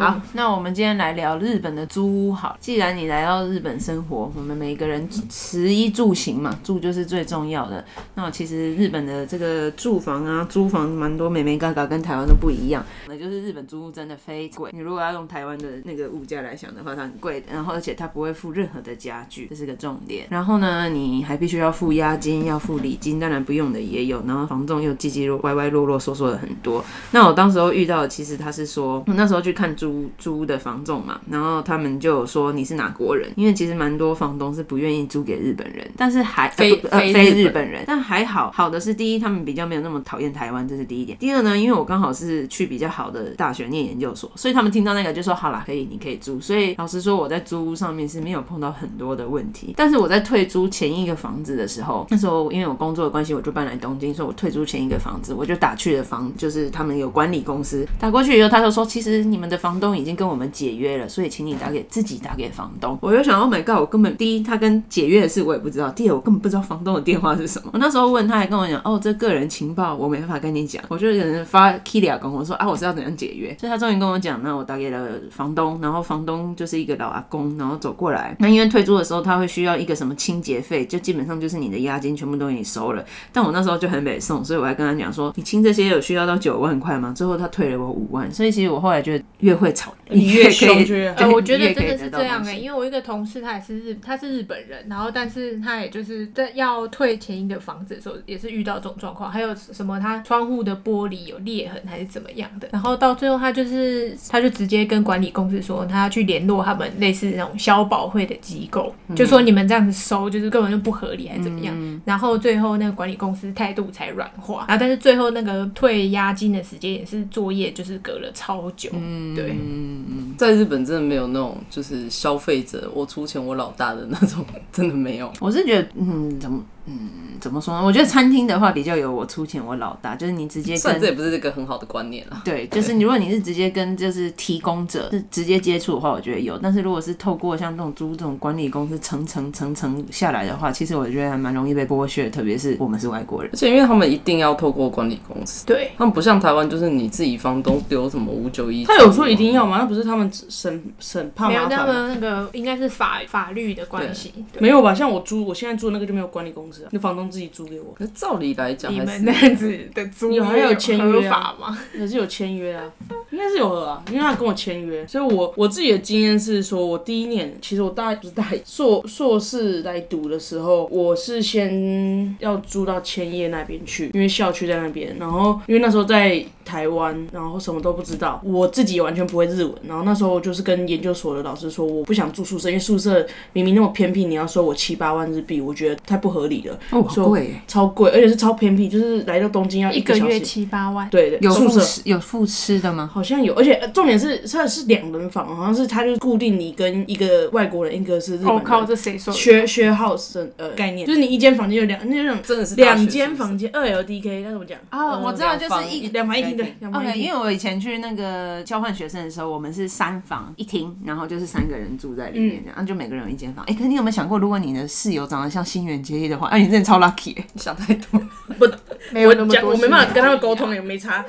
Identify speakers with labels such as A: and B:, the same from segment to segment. A: 好，那我们今天来聊日本的租屋。好，既然你来到日本生活，我们每个人食衣住行嘛，住就是最重要的。那其实日本的这个住房啊，租房蛮多美美嘎嘎，跟台湾都不一样。那就是日本租屋真的非常贵，你如果要用台湾的那个物价来想的话，它很贵。然后而且它不会付任何的家具，这是个重点。然后呢，你还必须要付押金，要付礼金，当然不用的也有。然后房仲又唧唧歪歪啰啰嗦嗦的很多。那我当时候遇到的，其实他是说，我那时候去看租租的房仲嘛，然后他们就有说你是哪国人，因为其实蛮多房东是不愿意租给日本人，但是还
B: 非
A: 呃不呃
B: 非
A: 非
B: 日本
A: 日本人，但还好，好的是第一，他们比较没有那么讨厌台湾，这是第一点。第二呢，因为我刚好是去比较好的大学念研究所，所以他们听到那个就说好啦，可以，你可以租。所以老实说，我在租屋上面是没有碰到很多的问题。但是我在退租前一个房子的时候，那时候因为我工作的关系，我就搬来东京，所以我退租前一个房子，我就打去了房，就是他们有管理公司打过去以后，他就说其实你们的房东已经跟我们解约了，所以请你打给自己打给房东。我就想，Oh my god，我根本第一，他跟解约的事我也不知道，第二，我根本不知道房东的电话是什么。我那时候问他，还跟我讲，哦，这个人情报我没办法跟你讲，我就有人发 Kilia 跟我说啊，我是要怎样解约，所以他终于跟我讲，那我打给了房东，然后房东就是一个老阿公，然后走过来，那因为退租的时候他会需要一个什么清洁费，就基本上就是你的押金全部都给你收了，但我那时候就很北宋，所以我还跟他讲说，你清这些有需要到九万块吗？最后他退了我五万，所以其实我后来觉得越会吵，
B: 你越
A: 可以
B: 凶就越好
A: 对
B: 哎
C: 哎，我觉
A: 你
C: 得
A: 越可
C: 真
A: 以
C: 的是
A: 得到
C: 这样
A: 东
C: 哎、
A: 西
C: 因为我一个同事他也是日，他是日本人，然后但是他也就是在要退前一个房子的时候，也是遇到这种状况，还有什么他窗户的玻璃有裂痕还是怎么样的，然后到最后他就是他就直接跟管理公司说，他要去联络他们类似那种消保会的机构，
A: 嗯
C: 就说你们这样子收就是根本就不合理还是怎么样，然后最后那个管理公司态度才软化，然后但是最后那个退押金的时间也是作业就是隔了超久，
A: 嗯
C: 对。
B: 在日本真的没有那种就是消费者我出钱我老大的那种，真的没
D: 哎
B: 有。
A: 我是觉得，嗯，怎么，嗯，怎么说呢？我觉得餐厅的话比较有我出钱我老大，就是你直接
B: 虽然这
A: 跟。
B: 也不是一个很好的观念啦，
A: 对，就是你如果你是直接跟就是提供者是直接接触的话，我觉得有；但是如果是透过像这种租这种管理公司层层层层下来的话，其实我觉得还蛮容易被剥削，特别是我们是外国人
B: 而。且因为他们一定要透过管理公司，
C: 对，
B: 他们不像台湾就是你自己房东丢什么五九一，
D: 他有说一定要吗？那不是他们省省怕
C: 没
D: 麻
C: 有那
D: 烦吗？
C: 么那个，应该是法法律的关系。对
D: 没有吧？像我租，我现在住那个就没有管理公司、啊，那房东自己租给我，
B: 可是照理来讲
C: 你
B: 还
C: 们
B: 是
C: 那样子的租
D: 有还
C: 约
D: 有签
C: 合
D: 约
C: 法
D: 啊
C: 吗？
D: 可是有签约啊，应该是有的啊，因为他跟我签约，所以我我自己的经验是说，我第一年其实我大概不是大一硕硕士来读的时候，我是先要租到千叶那边去，因为校区在那边，然后因为那时候在台湾，然后什么都不知道，我自己也完全不会日文，然后那时候我就是跟研究所的老师说，我不想住宿舍，因为宿舍明明那么偏僻，你要收我七八万日币，我觉得太不合理了，
A: 哦，好贵耶，
D: 超贵，欸而且是超偏僻，就是来到东京要
C: 一
D: 个
C: 个
D: 小
C: 月
D: 时。
C: 七八万，
D: 对对，
A: 有
D: 宿
A: 付
D: 舍
A: 吃有付吃的吗？
D: 好像有，而且呃重点是它是两人房，好像是它就是固定你跟一个外国人，一个是日
C: 我、
D: 本
C: 哦靠，
D: 人。
C: 这谁说的？
D: 学学 house 的呃概念，就是你一间房间有两，那种
B: 真的是大学
D: 两间
B: 宿舍
D: 房间二 LDK，那怎么讲？
A: 哦，我知道，就是
D: 一
A: 一
D: 嗯两房一厅对，两房一
A: OK，因
D: 厅。
A: 为我以前去那个交换学生的时候，我们是三房一厅，然后就是三个人住在里面，
D: 嗯
A: 然后就每个人有一间房。哎、可是你有没有想过，如果你的室友长得像新垣结衣的话，哎、你真的超 lucky 欸、
B: 想太多，
C: 没有那
D: 我
C: 么
D: 讲
C: 多啊
D: 我
C: 事情，
D: 没办法跟他们沟通，也没差。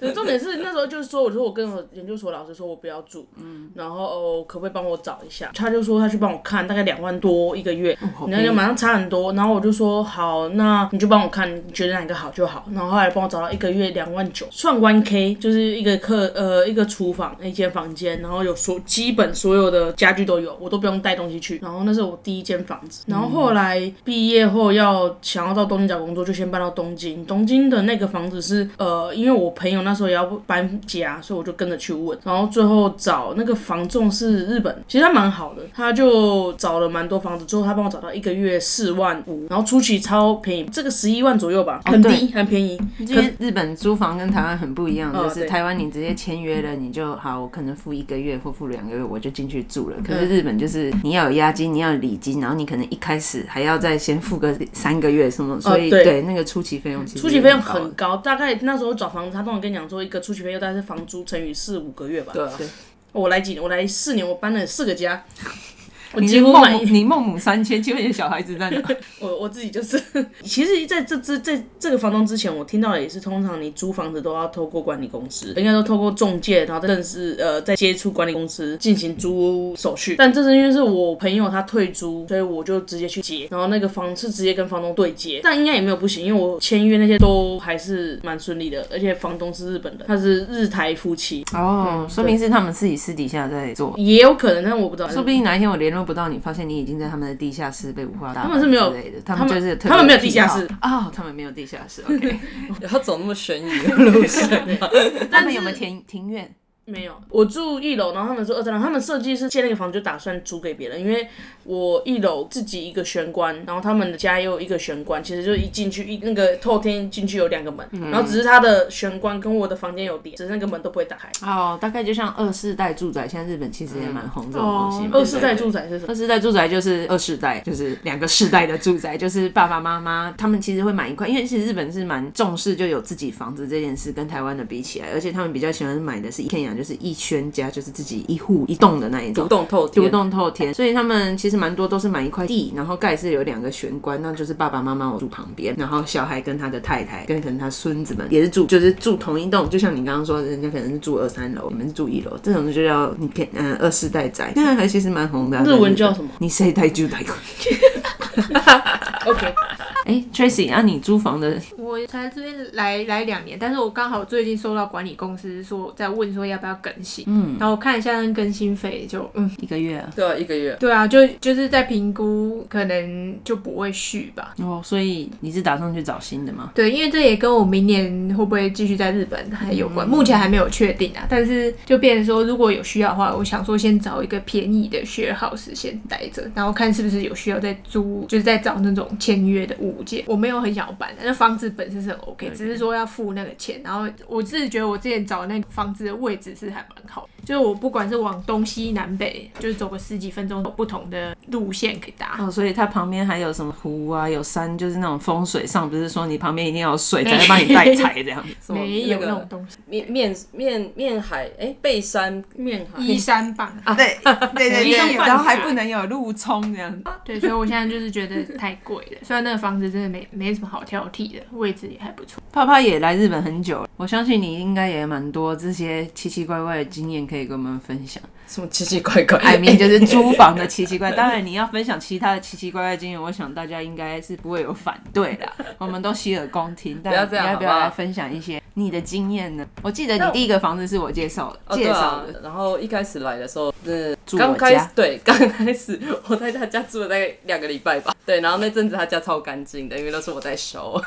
D: 可是重点是那时候就是说，我说我跟我研究所老师说我不要住，嗯，然后、哦、可不可以帮我找一下？他就说他去帮我看，大概两万多一个月，
C: 哦
A: 好
D: 然后就马上差很多，然后我就说好，那你就帮我看，你觉得哪个好就好。然后后来帮我找到一个月两万九，算 one k，就是一个客呃一个厨房一间房间，然后有所基本所有的家具都有，我都不用带东西去。然后那是我第一间房子，然后后来毕业后要想要到东京找工作，就先搬到东京。东京的那个房子是呃，因为我朋友那时候也要搬家，所以我就跟着去问，然后最后找那个房仲是日本，其实他蛮好的，他就找了蛮多房子，最后他帮我找到一个月四万五，然后初期超便宜，这个十一万左右吧，很
A: 对
D: 低，很便宜。
A: 因为日本租房跟台湾很不一样，
D: 哦
A: 就是
D: 对
A: 台湾你直接签约了，你就好，我可能付一个月或付两个月我就进去住了。可是
D: 嗯
A: 日本就是你要有押金，你要有礼金，然后你可能一开始还要再先付个三个月什么，所以
D: 哦对
A: 对那个初期费用其实
D: 初期费用
A: 也高
D: 很高，大概那时候找房子，他通常跟你讲说，一个初期费用大概是房租乘以四五个月吧。
B: 对啊
D: 我来几年，我来四年，我搬了四个家，我
A: 你
D: 几乎
A: 孟
D: 买
A: 母
D: 一
A: 你孟母三迁，请问你的小孩子在哪？
D: 我我自己就是， 其实在这这这这个房东之前，我听到的也是，通常你租房子都要透过管理公司，应该说透过中介，然后再认识呃，再接触管理公司进行租手续。但这是因为是我朋友他退租，所以我就直接去接，然后那个房是直接跟房东对接，但应该也没有不行，因为我签约那些都还是蛮顺利的，而且房东是日本人，他是日台夫妻，
A: 哦，说明是他们自己私底下在做。
D: 也有可能，但我不知道，
A: 说不定哪一天我联络不到你，发现你已经在他们的地下室被五花大绑
D: 他们是没有
A: 之类的，他们就是
D: 他们没有地下室
A: 啊，哦他们没有地下室。OK，
B: 要走那么悬疑 的路线吗？
A: 他们有没有庭庭院？
D: 没有，我住一楼，然后他们住二三楼。他们设计是建那个房就打算租给别人，因为我一楼自己一个玄关，然后他们的家也有一个玄关，其实就一进去一那个透天进去有两个门，然后只是他的玄关跟我的房间有连，只是那个门都不会打开。
A: 哦，大概就像二世代住宅，现在日本其实也蛮红这种东西嘛。
C: 哦
D: 二世代住宅是什么
A: 二？世代住宅就是二世代，就是两个世代的住宅， 就是爸爸妈妈他们其实会买一块，因为其实日本是蛮重视就有自己房子这件事，跟台湾的比起来，而且他们比较喜欢买的是一片养，就是一圈家，就是自己一户一栋的那一种
B: 独。栋透
A: 独
B: 天，
A: 栋透天，所以他们其实蛮多都是买一块地，然后盖是有两个玄关，那就是爸爸妈妈我住旁边，然后小孩跟他的太太跟可能他孙子们也是住，就是住同一栋，就像你刚刚说，人家可能是住二三楼，你们是住一楼，这种就叫你可以嗯二世代宅，现在还其实蛮红的啊、
D: 日文叫
A: 在
D: 什么
A: 你谁代住代过？
D: ？OK，
A: 哎、t r a c y 啊，你租房的
C: 我才这边来来两年，但是我刚好最近收到管理公司说在问说要不要更新，嗯，然后我看一下那更新费就嗯。
A: 一个月、啊、
B: 对啊，一个月。
C: 对啊，就就是在评估，可能就不会续吧。
A: 哦，所以你是打算去找新的吗？
C: 对，因为这也跟我明年会不会继续在日本还有关，目前还没有确定啊。但是就变成说，如果有需要的话，我想说先找一个便宜的 share house 先待着，然后看是不是有需要再租，就是再找那种签约的物件。我没有很想要搬，那房子本身是很 OK，只是说要付那个钱。然后我自己觉得我之前找那个房子的位置是还蛮好的，就是我不管是往东西南北，就是走个十几分钟，有不同的路线可以搭。
A: 哦，所以它旁边还有什么湖啊，有山，就是那种风水上不是说你旁边一定要有 水才会帮你带财这样。
B: 什么
C: 没有
B: 那
C: 那种
B: 个
C: 东西，
B: 面面面面海，哎，背山
D: 面海
C: 依山傍海。
A: 啊，对对
D: 对对
A: 然后还不能有路冲这样。
C: 对，所以我现在就是觉得太贵了。虽然那个房子真的没没什么好挑剔的，位置也还不错。
A: 泡泡也来日本很久了，我相信你应该也蛮多这些奇奇怪怪的经验可以跟我们分 享。
B: 什么奇奇怪 怪，
D: 哎
A: I mean，就是租房的奇奇怪，当然你要分享其他的奇奇怪怪经验，我想大家应该是不会有反对啦。我们都洗耳恭听，但
B: 不要这样
A: 你要不
B: 好
A: 要
B: 不好
A: 来分享一些你的经验呢？我记得你第一个房子是我介绍的，
B: 哦
A: 介
B: 对
A: 绍
B: 啊
A: 的，。
B: 然后一开始来的时候，嗯，
A: 住我
B: 刚开始
A: 家
B: 对，刚开始 我在他家住了大概两个礼拜吧。对，然后那阵子他家超干净的，因为都是我在收。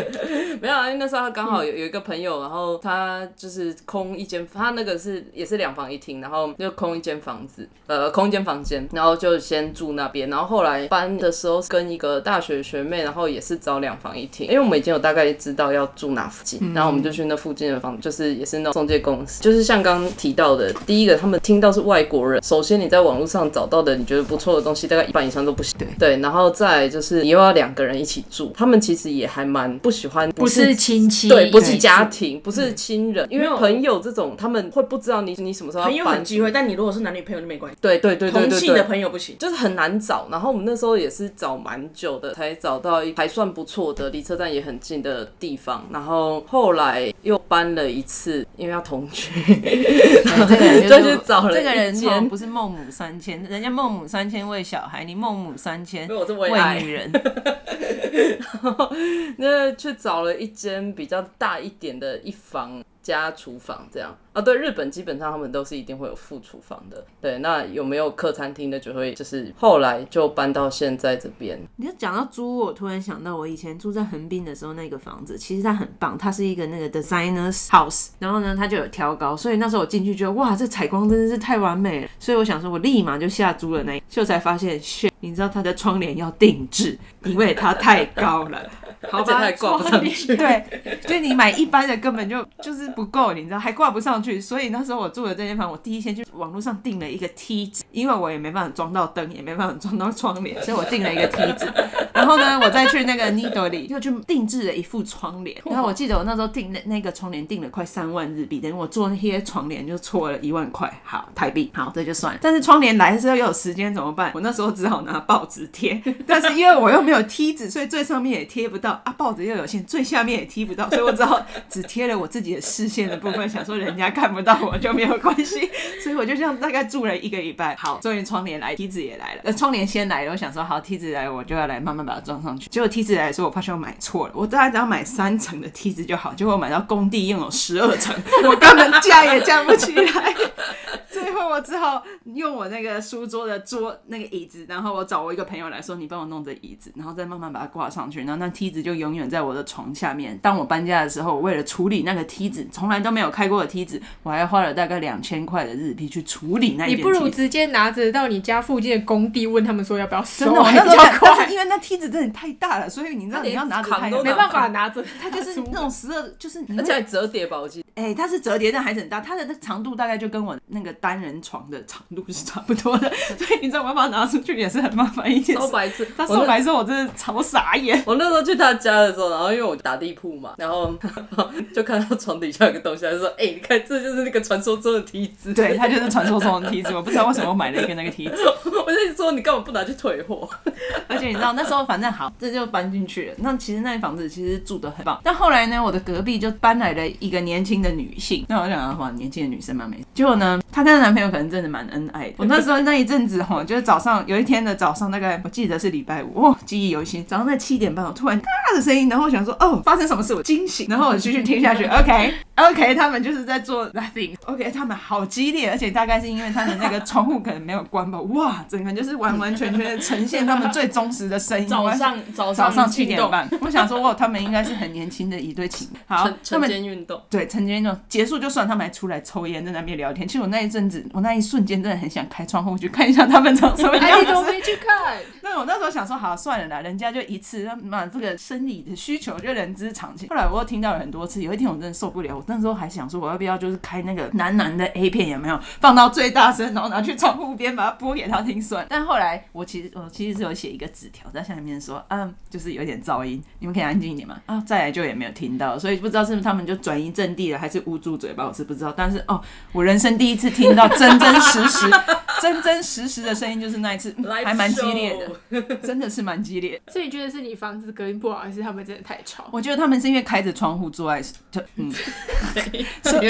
B: 没有啊，因为那时候他刚好有有一个朋友，然后他就是空一间，他那个是也是两房一厅，然后就空一间房子，呃，空一间房间，然后就先住那边，然后后来搬的时候跟一个大学学妹，然后也是找两房一厅，因为我们已经有大概知道要住哪附近，然后我们就去那附近的房，就是也是那种中介公司，就是像刚刚提到的，第一个他们听到是外国人，首先你在网络上找到的你觉得不错的东西，大概一半以上都不行，
A: 对
B: 对，然后再来就是你又要两个人一起住，他们其实也还蛮不喜欢
C: 不是亲戚，
B: 对，不是
A: 对
B: 家庭，不是亲人，因为
D: 嗯没有
B: 朋友这种，他们会不知道你你什么时候
D: 朋
B: 要
D: 友
B: 搬
D: 很。忌讳，但你如果是男女朋友就没关系，
B: 对对对对
D: 同
B: 对
D: 性的
B: 对，
D: 朋友不行。
B: 就是很难找。然后我们那时候也是找蛮久的，才找到一还算不错的，离车站也很近的地方。然后后来又搬了一次，因为要同居，
A: 对这个 人
B: 就是去找了
A: 这个人
B: 一间
A: 哦不是孟母三迁，人家孟母三迁为小孩，你孟母三迁
B: 因为我是为爱
A: 为女人。
B: 那去找了一间比较大一点的一房加厨房这样啊。对，日本基本上他们都是一定会有副厨房的。对，那有没有客餐厅的就会就是后来就搬到现在这边。
A: 你就讲到租，我突然想到我以前住在横滨的时候，那个房子其实它很棒，它是一个那个 designers house，然后呢它就有挑高，所以那时候我进去觉得哇，这采光真的是太完美了，所以我想说我立马就下租了那一，就才发现 shit，你知道他的窗帘要定制，因为它太高了，好吧？
B: 而且它还挂不上去
A: 窗帘对，就你买一般的根本就就是不够，你知道还挂不上去。所以那时候我住的这间房，我第一天去网络上订了一个梯子，因为我也没办法装到灯，也没办法装到窗帘，所以我订了一个梯子。然后呢，我再去那个 Nido 里又去定制了一副窗帘。然后我记得我那时候订那那个窗帘订了快三万日币，等于我做那些窗帘就错了一万块，好台币，好这就算了。但是窗帘来的时候又有时间怎么办？我那时候只好拿报纸贴，但是因为我又没有梯子，所以最上面也贴不到啊，报纸又有限，最下面也贴不到，所以我只好只贴了我自己的视线的部分，想说人家看不到我就没有关系，所以我就这样大概住了一个礼拜。好，终于窗帘来，梯子也来了。呃，窗帘先来了，我想说好，梯子来了，我就要来慢慢把它装上去。结果梯子来的时候，我发现我买错了，我大概只要买三层的梯子就好，结果我买到工地用有十二层，我根本架也架不起来。最后我只好用我那个书桌的桌那个椅子，然后我找我一个朋友来说，你帮我弄这椅子，然后再慢慢把它挂上去，然后那梯子就永远在我的床下面。当我搬家的时候，我为了处理那个梯子，从来都没有开过的梯子，我还花了大概两千块的日币去处理那一
C: 你
A: 边
C: 不如
A: 梯子
C: 直接拿着到你家附近的工地问他们说要不要收，
A: 真 的，我
C: 还
A: 那
C: 比
A: 时候
C: 较
A: 看但
C: 快
A: 是。因为那梯子真的太大了，所以你知道
B: 它
A: 你
B: 连
A: 要拿 着
B: 扛
A: 啊它也
B: 都
A: 没
C: 没
B: 拿
A: 办
C: 办
A: 法，
C: 法拿着，
A: 它就是 那种十二，就是你
B: 而
A: 会
B: 且还折叠吧，我记得。
A: 哎、它是折叠但还是很大，它的那长度大概就跟我那个单人床的长度是差不多的，所以你知道我要把它拿出去也是很麻烦一件
B: 超
A: 事。
B: 白痴！
A: 他
B: 我
A: 送
B: 那
A: 来之后，我真的超傻眼。
B: 我那时候去他家的时候，然后因为我打地铺嘛，然后 就看到床底下有个东西，他就说：“哎、你看，这就是那个传说中的梯子。”
A: 对，它就是传说中的梯子，我不知道为什么我买了一个那个梯子。
B: 我就说你干嘛不拿去退货？
A: 而且你知道那时候反正好，这就搬进去了。那其实那房子其实住的很棒，但后来呢，我的隔壁就搬来了一个年轻的女性。那我就想哇，年轻的女生嘛没。结果呢，她跟她男朋友可能真的蛮恩爱的。我那时候那一阵子吼，就是早上有一天的早上，大概我记得是礼拜五，哦，记忆犹新。早上在七点半，我突然嘎的声音，然后我想说哦，发生什么事？我惊醒，然后我继续听下去。OK OK，他们就是在做 nothing。OK，他们好激烈，而且大概是因为他们那个窗户可能没有关吧。 哇，整个就是完完全全的呈现他们最忠实的声音。
D: 早上早
A: 早
D: 上
A: 上七
D: 运
A: 点
D: 动，
A: 半，我想说，哇，他们应该是很年轻的一对情侣。好
B: 晨，
A: 他
B: 晨
A: 们
B: 间运动，
A: 对晨间那种结束就算，他们还出来抽烟，在那边聊天。其实我那一阵子，我那一瞬间真的很想开窗户去看一下他们长什么
C: 哎，
A: 样
C: 你怎么
A: 子。
C: 没去看？
A: 那我那时候想说，好算了啦，人家就一次，那嘛这个生理的需求就人之常情。后来我又听到了很多次，有一天我真的受不了，我那时候还想说，我要不要就是开那个男男的 A 片有没有放到最大声，然后拿去窗户边把它播给他听算了。但后来我其实我其实是有写一个纸条在下面说，嗯，就是有点噪音，你们可以安静一点嘛。啊，再来就也没有听到，所以不知道是不是他们就转移阵地了，还是捂住嘴巴，我是不知道。但是哦，我人生第一次听到真真实实、 真真实实的声音，就是那一次，嗯
B: Live
A: 还蛮激烈的。
B: show
A: 真的是蛮激烈。
C: 所以你觉得是你房子隔音不好，还是他们真的太吵？
A: 我觉得他们是因为开着窗户做爱，就嗯，
D: 没关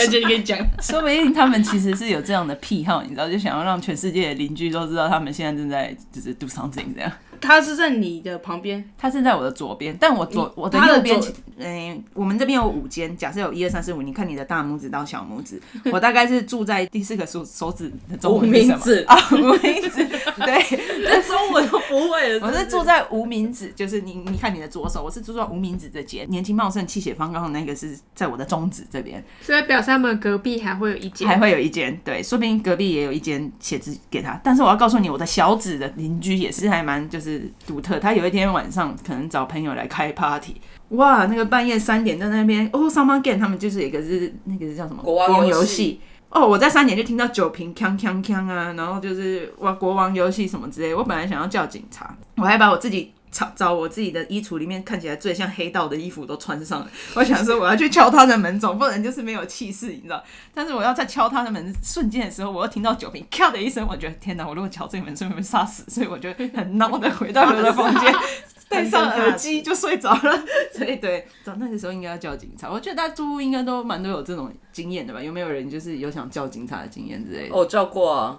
D: 系，你可以讲。
A: 说不定他们其实是有这样的癖好，你知道，就想要让全世界的邻居都知道他们现在正在就是 do something 这样。
D: 他是在你的旁边，
A: 他是在我的左边，但我左我的
D: 他的
A: 右边
D: 左，
A: 嗯、我们这边有五间，假设有一二三四五，你看你的大拇指到小拇指，我大概是住在第四个手手指的中
B: 无
A: 文是什
B: 名
A: 么？
B: 指，
A: 啊，无名指，对，
B: 连中文都不会了。
A: 我是
B: 不
A: 住在无名指，就是你你看你的左手，我是住在无名指这间，年轻茂盛、气血方刚的那个是在我的中指这边，
C: 所以表示他们隔壁还会有一
A: 还
C: 间，
A: 会有一间，对，说不定隔壁也有一间写字给他。但是我要告诉你，我的小指的邻居也是还蛮就是独特。他有一天晚上可能找朋友来开 party，哇，那个半夜三点在那边哦上 m game，他们就是有一个是那个是叫什么
B: 国王游
A: 游
B: 戏
A: 戏。哦，我在三点就听到酒瓶锵锵锵啊，然后就是哇国王游戏什么之类。我本来想要叫警察，我还把我自己找找我自己的衣橱里面看起来最像黑道的衣服都穿上了。我想说我要去敲他的门，总不能就是没有气势，你知道？但是我要在敲他的门瞬间的时候，我又听到酒瓶咔的一声，我觉得天哪！我如果敲这个门，是不是被杀死？所以我就很恼的回到我的房间， 戴上耳机就睡着了。所以对，早那个时候应该要叫警察。我觉得大家租屋应该都蛮多有这种经验的吧？有没有人就是有想叫警察的经验之类的？
B: 哦我叫过啊，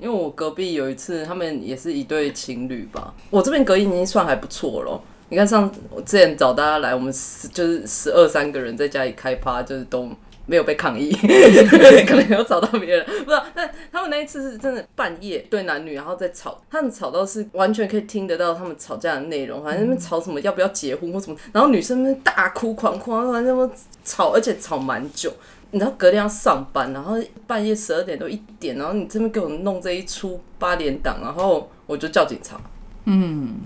B: 因为我隔壁有一次，他们也是一对情侣吧。我这边隔音已经算还不错了。你看上我之前找大家来，我们十就是十二三个人在家里开趴，就是都没有被抗议，可能有找到别人，不知道。但他们那一次是真的半夜对男女，然后在吵，他们吵到是完全可以听得到他们吵架的内容，反正他们吵什么要不要结婚或什么，然后女生们大哭狂哭，然后反正他们吵，而且吵蛮久。你知道隔天要上班，然后半夜十二点都一点，然后你这边给我弄这一出八点档，然后我就叫警察。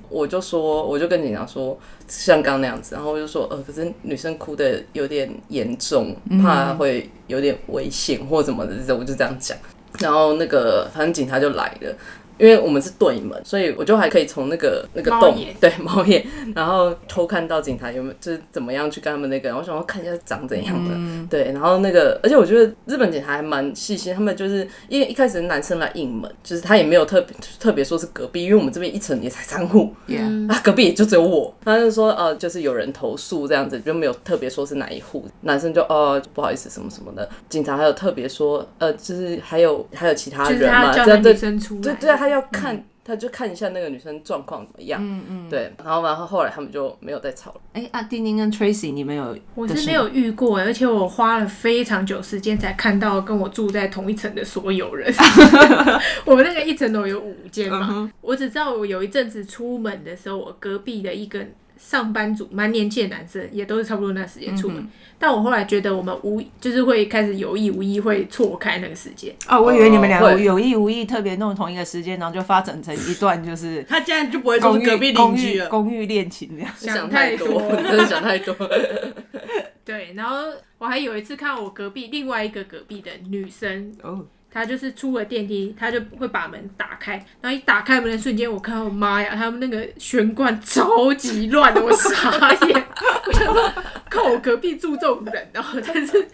B: 我就说，我就跟警察说，像刚那样子，然后我就说，呃，可是女生哭的有点严重，
C: 嗯
B: 怕会有点危险或怎么的，这种我就这样讲。然后那个反正警察就来了，因为我们是对门，所以我就还可以从那个那个
C: 猫
B: 洞
C: 眼
B: 对 猫眼，然后偷看到警察有没有就是怎么样去跟他们那个，我想要看一下长怎样的，
C: 嗯
B: 对。然后那个，而且我觉得日本警察还蛮细心，他们就是因为一开始男生来应门，就是他也没有特别特别说是隔壁，因为我们这边一层也才三户，
A: Yeah
B: 啊，隔壁也就只有我。他就说，呃，就是有人投诉这样子，就没有特别说是哪一户。男生就哦、不好意思什么什么的。警察还有特别说，呃，就是还有还有其他
C: 就是
B: 人
C: 他
B: 嘛，
C: 叫
B: 这
C: 那
B: 样对
C: 女生出来，嗯
B: 对对啊，他要看。他就看一下那个女生状况怎么样，嗯嗯，对，然后然后后来他们就没有再吵了。
A: 哎、啊，丁丁跟 Tracy，你们有
C: 我是没有遇过，而且我花了非常久时间才看到跟我住在同一层的所有 人。 我们那个一层楼有五间
B: 嗯
C: 嘛我只知道我有一阵子出门的时候，我隔壁的一个上班族，蛮年轻的男生，也都是差不多那时间出门。
B: 嗯
C: 但我后来觉得我们无就是会开始有意无意会错开那个时间，
A: 哦，我以为你们两
B: 哦
A: 个
B: 会
A: 有意无意特别弄同一个时间，然后就发展成一段就是
D: 他这样就不会说
A: 公
D: 是隔壁
A: 寓
D: 邻
A: 公
D: 居
A: 寓
D: 了。
A: 公寓恋情这样。
B: 想
C: 太
B: 多， 真的想太多。
C: 对，然后我还有一次看到我隔壁另外一个隔壁的女生，
A: 哦，
C: 她就是出了电梯，她就会把门打开，然后一打开门的瞬间，我看到妈呀，他们那个玄关超级乱的，我傻眼， 我想说，靠，我隔壁住这种人哦，但是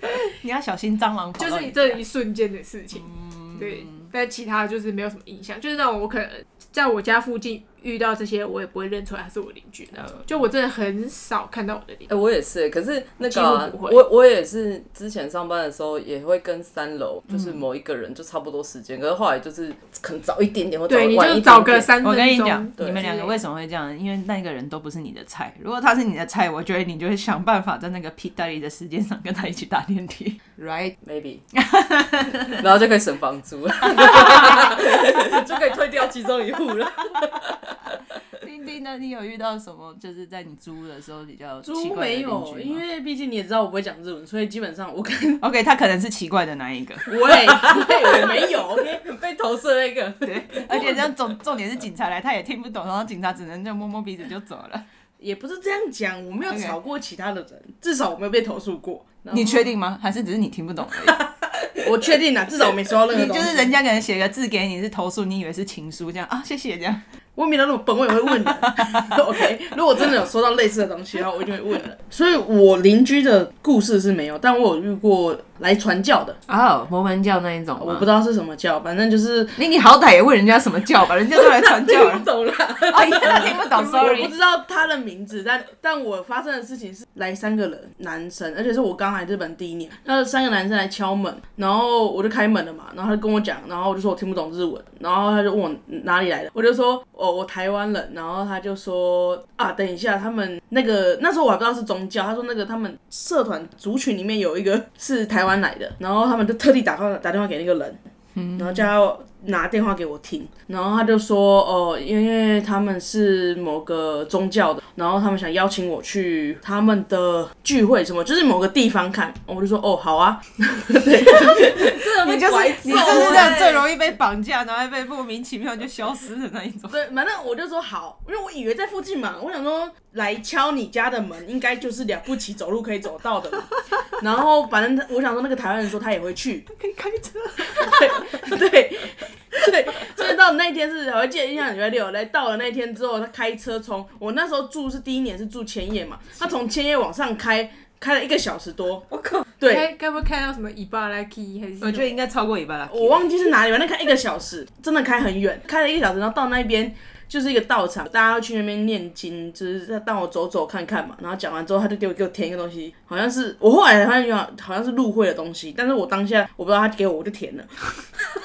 A: 你要小心蟑螂跑
C: 就
A: 到
C: 是
A: 你
C: 你
A: 家
C: 这一瞬间的事情，
A: 嗯
C: 对，但其他就是没有什么印象，就是那种我可能在我家附近遇到这些，我也不会认出来他是我邻居
A: 呃
C: 的，就我真的很少看到我的邻居
B: 哎、，我也是，可是那个啊、
C: 几乎不会
B: 我我也是之前上班的时候也会跟三楼，就是
C: 嗯
B: 某一个人就差不多时间，可是后来就是可能早一点点或早
C: 对，
B: 晚
C: 你就
B: 一点点
C: 找个三分钟，
A: 我跟你讲，
B: 对
A: 你们两个
C: 对
A: 为什么会这样？因为那个人都不是你的菜。如果他是你的菜，我觉得你就会想办法在那个屁大力的时间上跟他一起打电梯。Right？
B: maybe，然后就可以省房租， 就可以退掉其中一户了。
A: 丁丁呢？你有遇到什么就是在你租的时候比较奇
D: 猪
A: 怪的
D: 没
A: 邻居吗
D: 有，因为毕竟你也知道我不会讲日文，所以基本上我 跟
A: OK，他可能是奇怪的那一 个，
D: 喂喂我没有 OK，
B: 被投诉那个，
A: 而且这样重重点是警察来，他也听不懂，然后警察只能就摸摸鼻子就走了。
D: 也不是这样讲，我没有
A: OK
D: 吵过其他的人，至少我没有被投诉过。
A: 你确定吗？还是只是你听不懂而已？
D: 我确 定啦，至少我没收到任何
A: 你
D: 东
A: 就
D: 西。
A: 是人家可能写个字给你是投诉，你以为是情书这样啊？谢谢这样。
D: 我也没到那么笨，我也会问人。OK，如果真的有收到类似的东西的话，我一定会问 人。所以我邻居的故事是没有，但我有遇过来传教的，
A: 哦，摩门教那一种，
D: 我不知。道是什么教，反正就是
A: 你你好歹也问人家什么教吧，人家都来传教 了。
B: 懂了。
A: 哦，因为他听不懂
D: 啊我不
A: ，sorry。
D: 知道他的名字，但但我发生的事情是来三个人男生，而且是我刚来日本第一年，那三个男生来敲门，然后我就开门了嘛，然后他就跟我讲，然后我就说我听不懂日文，然后他就问我哪里来的，我就说哦我台湾人，然后他就说啊等一下他们那个那时候我还不知道是宗教，他说那个他们社团族群里面有一个是台湾来的，然后他们就特地打电话打电话给那个人，然后叫他拿电话给我听，然后他就说哦，因为他们是某个宗教的，然后他们想邀请我去他们的聚会什么，就是某个地方看，我就说哦好啊，
A: 你就是你就是这样最容易被绑架，然后被莫名其妙就消失的那一 种。
D: 对，反正我就说好，因为我以为在附近嘛，我想说来敲你家的门，应该就是了不起走路可以走到的嘛，然后反正他我想说那个台湾人说他也会去，
A: 可以开车。
D: 对对，所以到那一天是我还记得印象很深刻。来到了那一天之后，他开车从我那时候住是第一年是住千叶嘛，他从千叶往上开，开了一个小时多。我靠！对，
C: 该该不会看到什么伊巴拉 key 还是什么？
A: 我觉得应该超过一半了。
D: 我忘记是哪里了，那开一个小时，真的开很远，开了一个小时，然后到那边。就是一个道场，大家要去那边念经，就是让我走走看看嘛。然后讲完之后，他就给我给我填一个东西，好像是我后来才发现好像是入会的东西，但是我当下我不知道他给我，我就填了，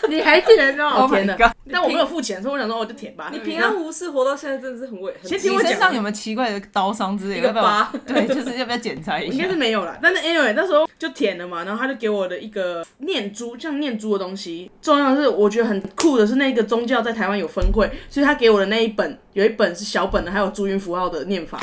C: 你还记得那
A: Oh my
C: 种
D: 填了
A: god。
D: 但我没有付钱，所以我想说我就填吧。
B: 你平安无事活到现在，真的是很伟。很
D: 先听
A: 你
D: 我讲
A: 身上有没有奇怪的刀伤之类？
B: 一个
A: 要不要
B: 疤？
A: 对，就是要不要啊检查一
D: 应
A: 下
D: 该是？没有啦，但是 anyway 那时候就舔了嘛，然后他就给我的一个念珠，像念珠的东西。重要的是，我觉得很酷的是那个宗教在台湾有分会，所以他给我的那一本有一本是小本的，还有注音符号的 念法，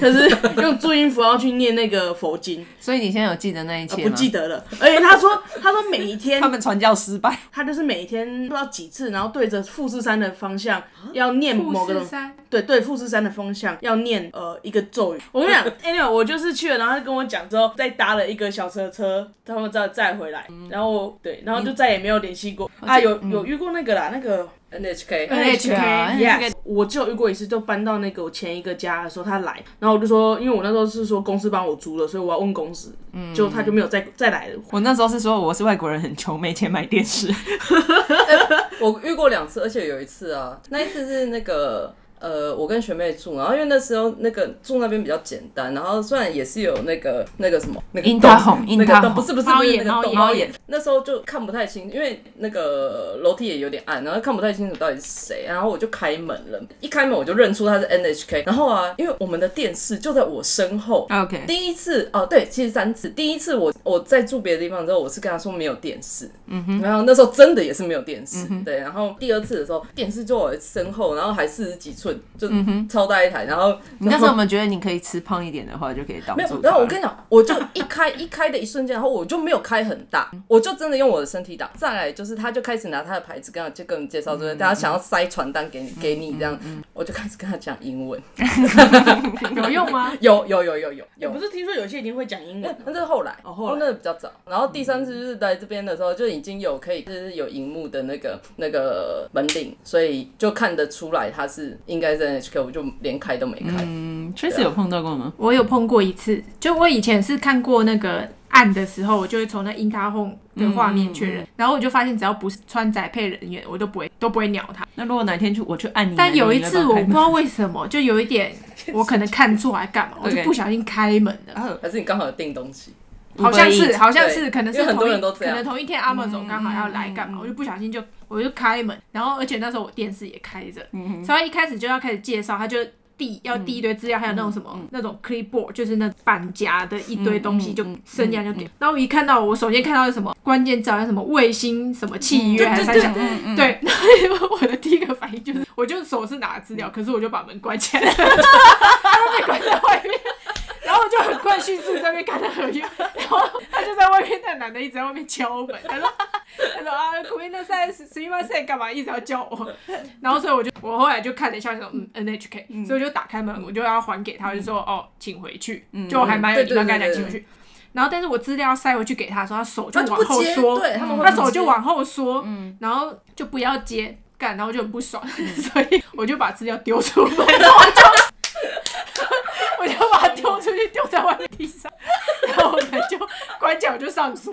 D: 可是用注音符号去念那个佛经，
A: 所以你现在有记得那一
D: 啊、
A: 切吗？
D: 不记得了。而且他说，他说每一天
A: 他们传教失败，
D: 他就是每天不知道几次，然后对着富士山的方向
A: 啊
D: 要念某
C: 富
D: 个
C: 士
D: 东
C: 山，
D: 对对，富士山的方向要念呃一个咒语。我跟你讲，anyway，我就是去了，然后他跟我讲之后，再搭了一个小车车，他们再再回来，然后我对，然后就再也没有联系过啊。有有遇过那个啦，那个
B: NHK，
A: NHK 啊
D: yes，我只有遇过一次，就搬到那个我前一个家的时候，他来，然后我就说，因为我那时候是说公司帮我租了，所以我要问公司，嗯，就他就没有再再来了。
A: 我那时候是说我是外国人，很穷，没钱买电 视。
B: 我遇过两次，而且有一次啊，那一次是那个。呃，我跟学妹住，然后因为那时候那个住那边比较简单，然后虽然也是有那个那个什么那个
A: 樱
B: 洞
A: 桃红樱
B: 那个
A: 桃
B: 洞
A: 红
B: 不是不是
C: 猫
B: 不是
C: 眼
B: 那个
C: 猫
B: 洞
C: 眼
B: 猫眼，那时候就看不太清，因为那个楼梯也有点暗，然后看不太清楚到底是谁，然后我就开门了，一开门我就认出他是 NHK，然后啊，因为我们的电视就在我身后，
A: OK，
B: 第一次哦，对，其实三次。第一次我我在住别的地方之后，我是跟他说没有电视，嗯哼，嗯然后那时候真的也是没有电视，对。然后第二次的时候，电视就我身后，然后还四十几寸，就超大一台。然后
A: 你那时候有没有觉得你可以吃胖一点的话，就可以挡
B: 没
A: 住
B: 有，
A: 它？
B: 然后我跟你讲，我就一开一开的一瞬间，然后我就没有开很大，我就真的用我的身体打。再来就是，他就开始拿他的牌子跟我就跟我们介绍，就是大家想要塞传单给你给你这样，我就开始跟他讲英文，
C: 有用吗？
B: 有有有有有有
D: 不。是听说有些已经会讲英文了
B: 那是后来，
D: 哦后来
B: 那个比较早。然后第三次就是来这边的时候，就已经有可以就是有荧幕的那个那个门铃，所以就看得出来他是应该是 NHK，我就连开都没开。
A: 嗯，确实有碰到过吗？
C: 我有碰过一次，就我以前是看过那个暗的时候，我就会从那 i n t e r h o m e 的画
A: 嗯
C: 面确认，然后我就发现只要不是穿宅配人员，我都不会都不会鸟他。
A: 那如果哪天去我去按你，
C: 但有一次
A: 你
C: 我不
A: 会
C: 知
A: 帮
C: 道为什么，就有一点我可能看错还干嘛，我就
A: OK
C: 不小心开门 了。
A: 我开门
B: 还是你刚好有订东西，
C: 好像
A: Uber
C: 是，
A: Eats
C: 好像是，
B: 对
C: 可能是
B: 因为很多
C: 同一
B: 人都这样
C: 可能同一天 Amazon 刚好要来干嘛，我就不小心就我就开门，然后而且那时候我电视也开着，所以他一开始就要开始介绍，他就递要递一堆资料，还有那种什么那种 clipboard，就是那板夹的一堆东西，就剩下就点。然后我一看到，我首先看到是什么关键字，好像什么卫星什么契约还是三小。嗯对，嗯 然后我的第一个反应就是，我就手是拿资料，可是我就把门关 起来了，他被关在外面。然后我就很快迅速在那边看他合约，然后他就在外面，那男的一直在外面敲门，他说他说啊，苦命那赛十十一万赛干嘛一直要叫我，然后所以我就我后来就看了一下，想嗯 NHK，、所以我就打开门，我就要还给他，我就说哦，请回去，就我还蛮有礼貌跟他讲
B: 嗯对对对对
C: 请回去。然后，但是我资料要塞回去给他的时候，他手就
B: 他就
C: 往
B: 不
C: 后
B: 接，
C: 缩，
B: 对他们会
C: 他
B: 不
C: 手就
B: 接
C: 往后缩，然后就不要接，干，然后我就很不爽， 所以我就把资料丢出门， 然后我就我就把它丢出去，丢在外面地 上，然后我们就关起来，我就上锁。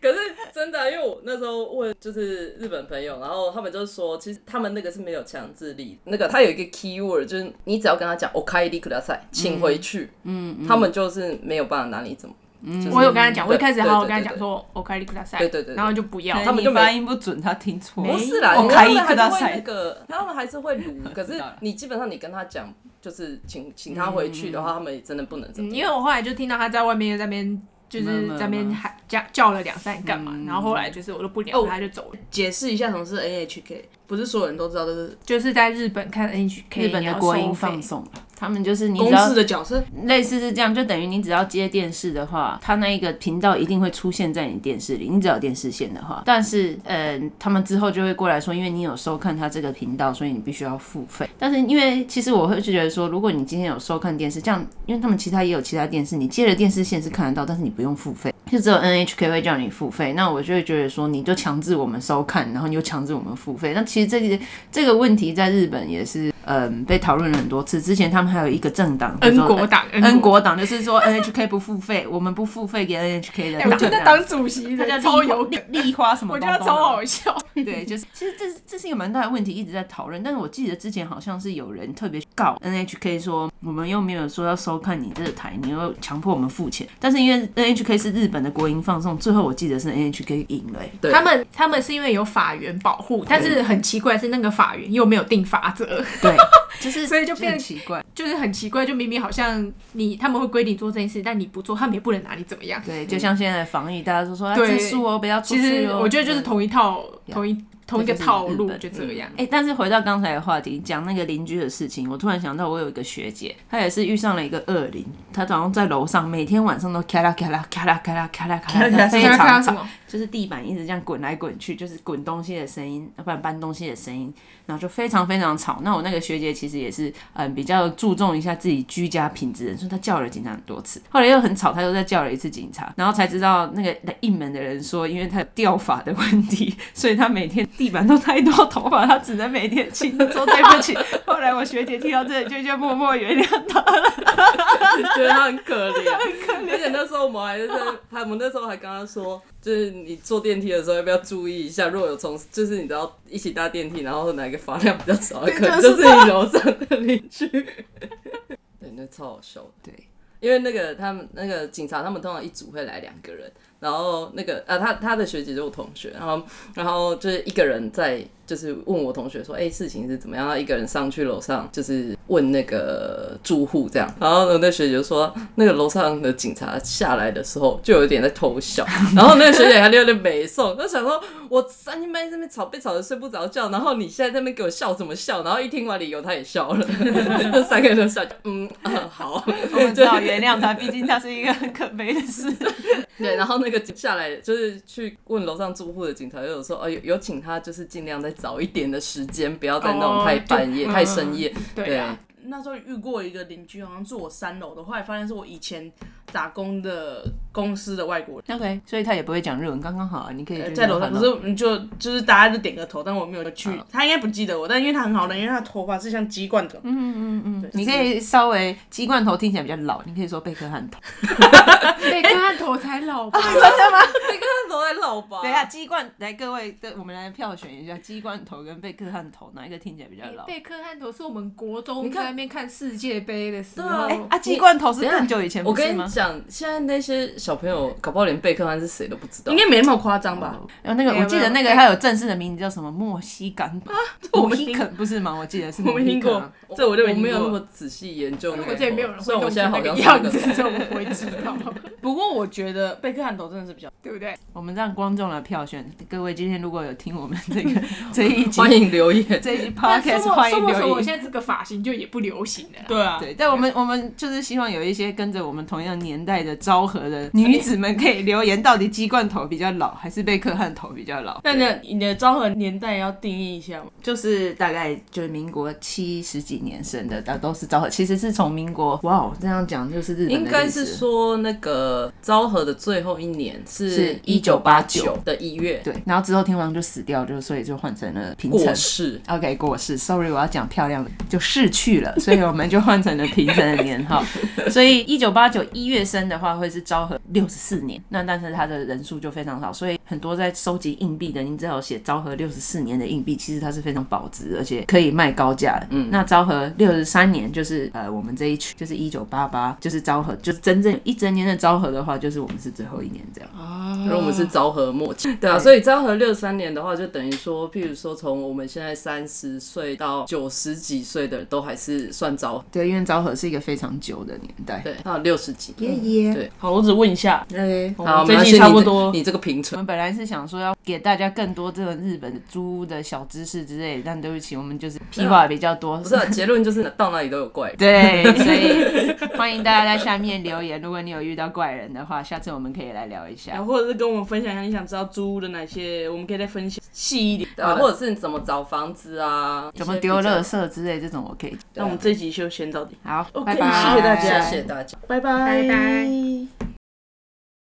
B: 可是真的啊、因为我那时候问就是日本朋友，然后他们就说，其实他们那个是没有强制力，那个他有一个 key word，就是你只要跟他讲 “OK 立刻赛，请回去”，嗯，他们就是没有办法拿你怎么，就是
C: 我有跟他讲，我一开始
B: 对
C: 还有
B: 对
C: 跟他
B: 对
C: 讲
B: 对
C: 说哦我开利克大赛，
B: 对对对对
C: 然后就不要
A: 开门，
B: 他们就
A: 你
B: 没
A: 发音不准，他听错。
B: 不是啦，
A: 我
D: 哦
B: 你
A: 开一
B: 他
A: 个
B: 们还
A: 大
B: 是会那
A: 赛，
B: 个，他们还是会撸。 可是你基本上你跟他讲，就是请请他回去的话，他们也真的不能怎
C: 嗯
B: 么
C: 因
B: 样。
C: 为我后来就听到他在外面在那边。就
A: 没有
C: 是
A: 没有
C: 在那边
A: 没有
C: 喊叫叫了两三干嘛，然后后来就是我都不
D: 哦
C: 聊他就走了，
D: 解释一下什么是 NHK，不是所有人都知道这是
C: 就是在日本看 NHK
A: 日本的国营放
C: 送。
A: 送了，他们就是你只
D: 公
A: 要
D: 式的角色。
A: 类似是这样，就等于你只要接电视的话，它那一个频道一定会出现在你电视里，你只要有电视线的话。但是，呃，他们之后就会过来说，因为你有收看它这个频道，所以你必须要付费。但是，因为其实我会觉得说，如果你今天有收看电视，这样，因为他们其他也有其他电视，你接了电视线是看得到，但是你不用付费，就只有 NHK 会叫你付费。那我就会觉得说，你就强制我们收看，然后你又强制我们付费。那其实这个这个问题在日本也是，嗯、被讨论了很多次。之前他们还有一个政党叫
C: N
A: 做
C: 国党，N
A: 恩国党就是说 NHK 不付费，我们不付费给 NHK 的
C: 哎，我
A: 党这
C: 觉
A: 样，
C: 得当主席
A: 他叫
C: 的超
A: 立
C: 有
A: 花
C: 梗，
A: 立花什么
C: 我
A: 东
C: 觉
A: 东
C: 得
A: 的，
C: 超好笑。
A: 对，就是其实这这是一个蛮大的问题，一直在讨论。但是我记得之前好像是有人特别告 NHK 说，我们又没有说要收看你这个台，你又强迫我们付钱。但是因为 NHK 是日本的国营放送，最后我记得是 NHK 赢了、欸。
B: 对
C: 他们他们是因为有法源保护，但是很奇怪是那个法源又没有定法则，
A: 对，就是
C: 所以就变
A: 很奇怪。
C: 就是很奇怪，就明明好像你他们会规定做这件事，但你不做，他们也不能拿你怎么
A: 哦
C: 样。
A: 对，就像现在的防疫，大家都说啊，
C: 对
A: 吃素哦，不要出
C: 其
A: 去
C: 实
A: 哦。
C: 我觉得就是
A: 对
C: 同一套同一同一个
A: 就是
C: 套
A: 日
C: 路
A: 本
C: 就这样。
A: 哎、但是回到刚才的话题，讲那个邻居的事情，我突然想到，我有一个学姐，她也是遇上了一个恶邻，她早上在楼上，每天晚上都咔啦咔啦咔啦咔啦咔啦咔啦，非
C: 想要看到
A: 常
C: 什
A: 吵，
C: 么？
A: 就是地板一直这样滚来滚去，就是滚东西的声音，呃要不然搬东西的声音，然后就非常非常吵。那我那个学姐其实也是，嗯，比较注重一下自己居家品质的，所以她叫了警察很多次。后来又很吵，她又再叫了一次警察，然后才知道那个来应门的人说，因为她有掉发的问题，所以她每天地板都太多头发，她只能每天清说对不起。后来我学姐听到这里，就就默默原谅她。
B: 觉得他很可怜， 很可怜。而且那时候我们还是在，还我们那时候还跟他说，就是你坐电梯的时候要不要注意一下，若有从，就是你知道一起搭电梯，然后哪一个发量比较少，可能就是你楼上的邻 居。对，那超好笑的。
A: 对，
B: 因为那个他们那个警察，他们通常一组会来两个人，然后那个啊，他他的学姐就是我同学，然后然后就是一个人在就是问我同学说，哎、事情是怎么样？然后一个人上去楼上就是问那个住户这样，然后呢，那学姐就说，那个楼上的警察下来的时候就有点在偷笑，然后那个学姐还有点没送，她想说，我三更半夜这边吵被吵得睡不着觉，然后你现在在那边给我笑什么笑？然后一听完理由，她也笑 了，那三个人都笑，嗯嗯好。
A: 我们 只好原谅她，毕竟她是一个很可悲的事。
B: 对，然后那个下来就是去问楼上住户的警察，就有说，哦，有有请他就是尽量在早一点的时间，不要在那种
C: 哦
B: 太
C: 就
B: 半夜、
C: 嗯
B: 太深夜。
C: 对啊，
D: 那时候遇过一个邻居，好像住我三楼的，后来发现是我以前打工的公司的外国人。
A: OK，所以她也不会讲日文，刚刚好啊，你可以
D: 呃
A: 去
D: 在楼
A: 聊
D: 上，
A: 她
D: 可
A: 咯
D: 是嗯就就是大家就点个头，但我没有去。他应该不记得我，但因为他很好人，因为他的头发是像鸡冠头，
A: 你可以稍微鸡冠头听起来比较老，你可以说贝克汉头。
C: 被看头才老吧？
B: 那个他都在唠吧。
C: 啊
A: 等一下，鸡冠来各位，跟我们来票选一下，鸡冠头跟贝克汉头哪一个听起来比较老？
C: 贝克汉头是我们国中
B: 你看
C: 在那边看世界杯的时
B: 对
C: 候
A: 啊，，鸡冠头是
B: 等一下
A: 更久以前
B: 我
A: 不是
B: 跟你
A: 吗？
B: 讲，现在那些小朋友搞不好连贝克汉是谁都不知道
D: 应。该没那么夸张吧？
A: 然后那个，
C: 没
A: 哎
C: 有
A: 我记得那个
C: 没有
A: 他有正式的名字叫什么墨西哥 啊，墨西哥不是吗？我记得是
D: 我没
A: 墨
D: 听
A: 西哥
D: 过，这我就
B: 我
D: 没
B: 没有那
D: 听
B: 么
D: 过。
B: 仔细研究
C: 如
B: 那个
C: 果
B: 头，
C: 这里没有人会
B: 虽然我
C: 弄
B: 现在
C: 成那
B: 好
C: 个
B: 像是
C: 样
B: 个
C: 子， 所以我们不会知道，
D: 不过我觉得贝克汉头真的是比较，
C: 对不对？
A: 我们让观众来票选。各位今天如果有听我们这 个这一集
B: 欢 迎留言。
A: 这一集
C: 但说
A: podcast，
C: 不
A: 欢
C: 说
A: 迎
C: 不说，
A: 留
C: 我
A: 言。
C: 现在这个发型就也不流行了啦。
D: 对啊，
A: 对，但我们我们就是希望有一些跟着我们同样年代的昭和的女子们可以留言，到底鸡冠头比较老，还是贝克汉头比较老？
D: 那你你的昭和年代要定义一下嘛？
A: 就是大概就是民国七十几年生的，大都是昭和，其实是从民国哇哦，这样讲就是日本的
B: 应该
A: 历史
B: 是说，那个昭和的最后一年是
A: 是
B: 一九八九的一月
A: 对，然后之后天皇就死掉，就所以就换成了平
B: 过
A: 成。
B: 世。
A: OK，过世，sorry，我要讲漂亮的，就逝去了，所以我们就换成了平成的年号。所以一九八九一月生的话，会是昭和六十四年，那但是他的人数就非常少，所以很多在收集硬币的，你只要写昭和六十四年的硬币，其实它是非常保值，而且可以卖高价的。嗯，那昭和六十三年就是呃我们这一区，就是一九八八，就是昭和，就是真正一整年的昭和的话，就是我们是最后一年这样。
B: 因为我们
D: 嗯
B: 是昭和末期，对啊，所以昭和六三年的话，就等于说，譬如说从我们现在三十岁到九十几岁的，都还是算昭和，
A: 对，因为昭和是一个非常久的年代。
B: 对，到六十几。
A: 耶耶
B: 对
D: 好，我只问一下，
A: 对。
B: 好，我
D: 最
B: 们
D: 近
B: 要
D: 差
B: 去你
D: 不
B: 这
D: 多
B: 你这个平
A: 我
B: 成，
A: 们本来是想说要给大家更多这个日本的租屋的小知识之类的，但对不起，我们就是屁话比较多，
B: 不是、啊、结论就是到哪里都有 怪 人。
A: 对，所以欢迎大家在下面留言，如果你有遇到怪人的话，下次我们可以来聊一
D: 然
A: 下。
D: 后或者是跟哎我们分享一下你想知道租屋的哪些，我们可以再分析细一点。
B: 对啊，或者是你怎么找房子啊，
A: 怎么丢垃
B: 了？
A: 圾之类这种，我可以。
D: 那我们这集就先到这里，
A: 好，
D: OK，
A: 拜拜，
D: 啊谢谢大家
B: 谢谢大家。
D: 拜拜
C: 拜拜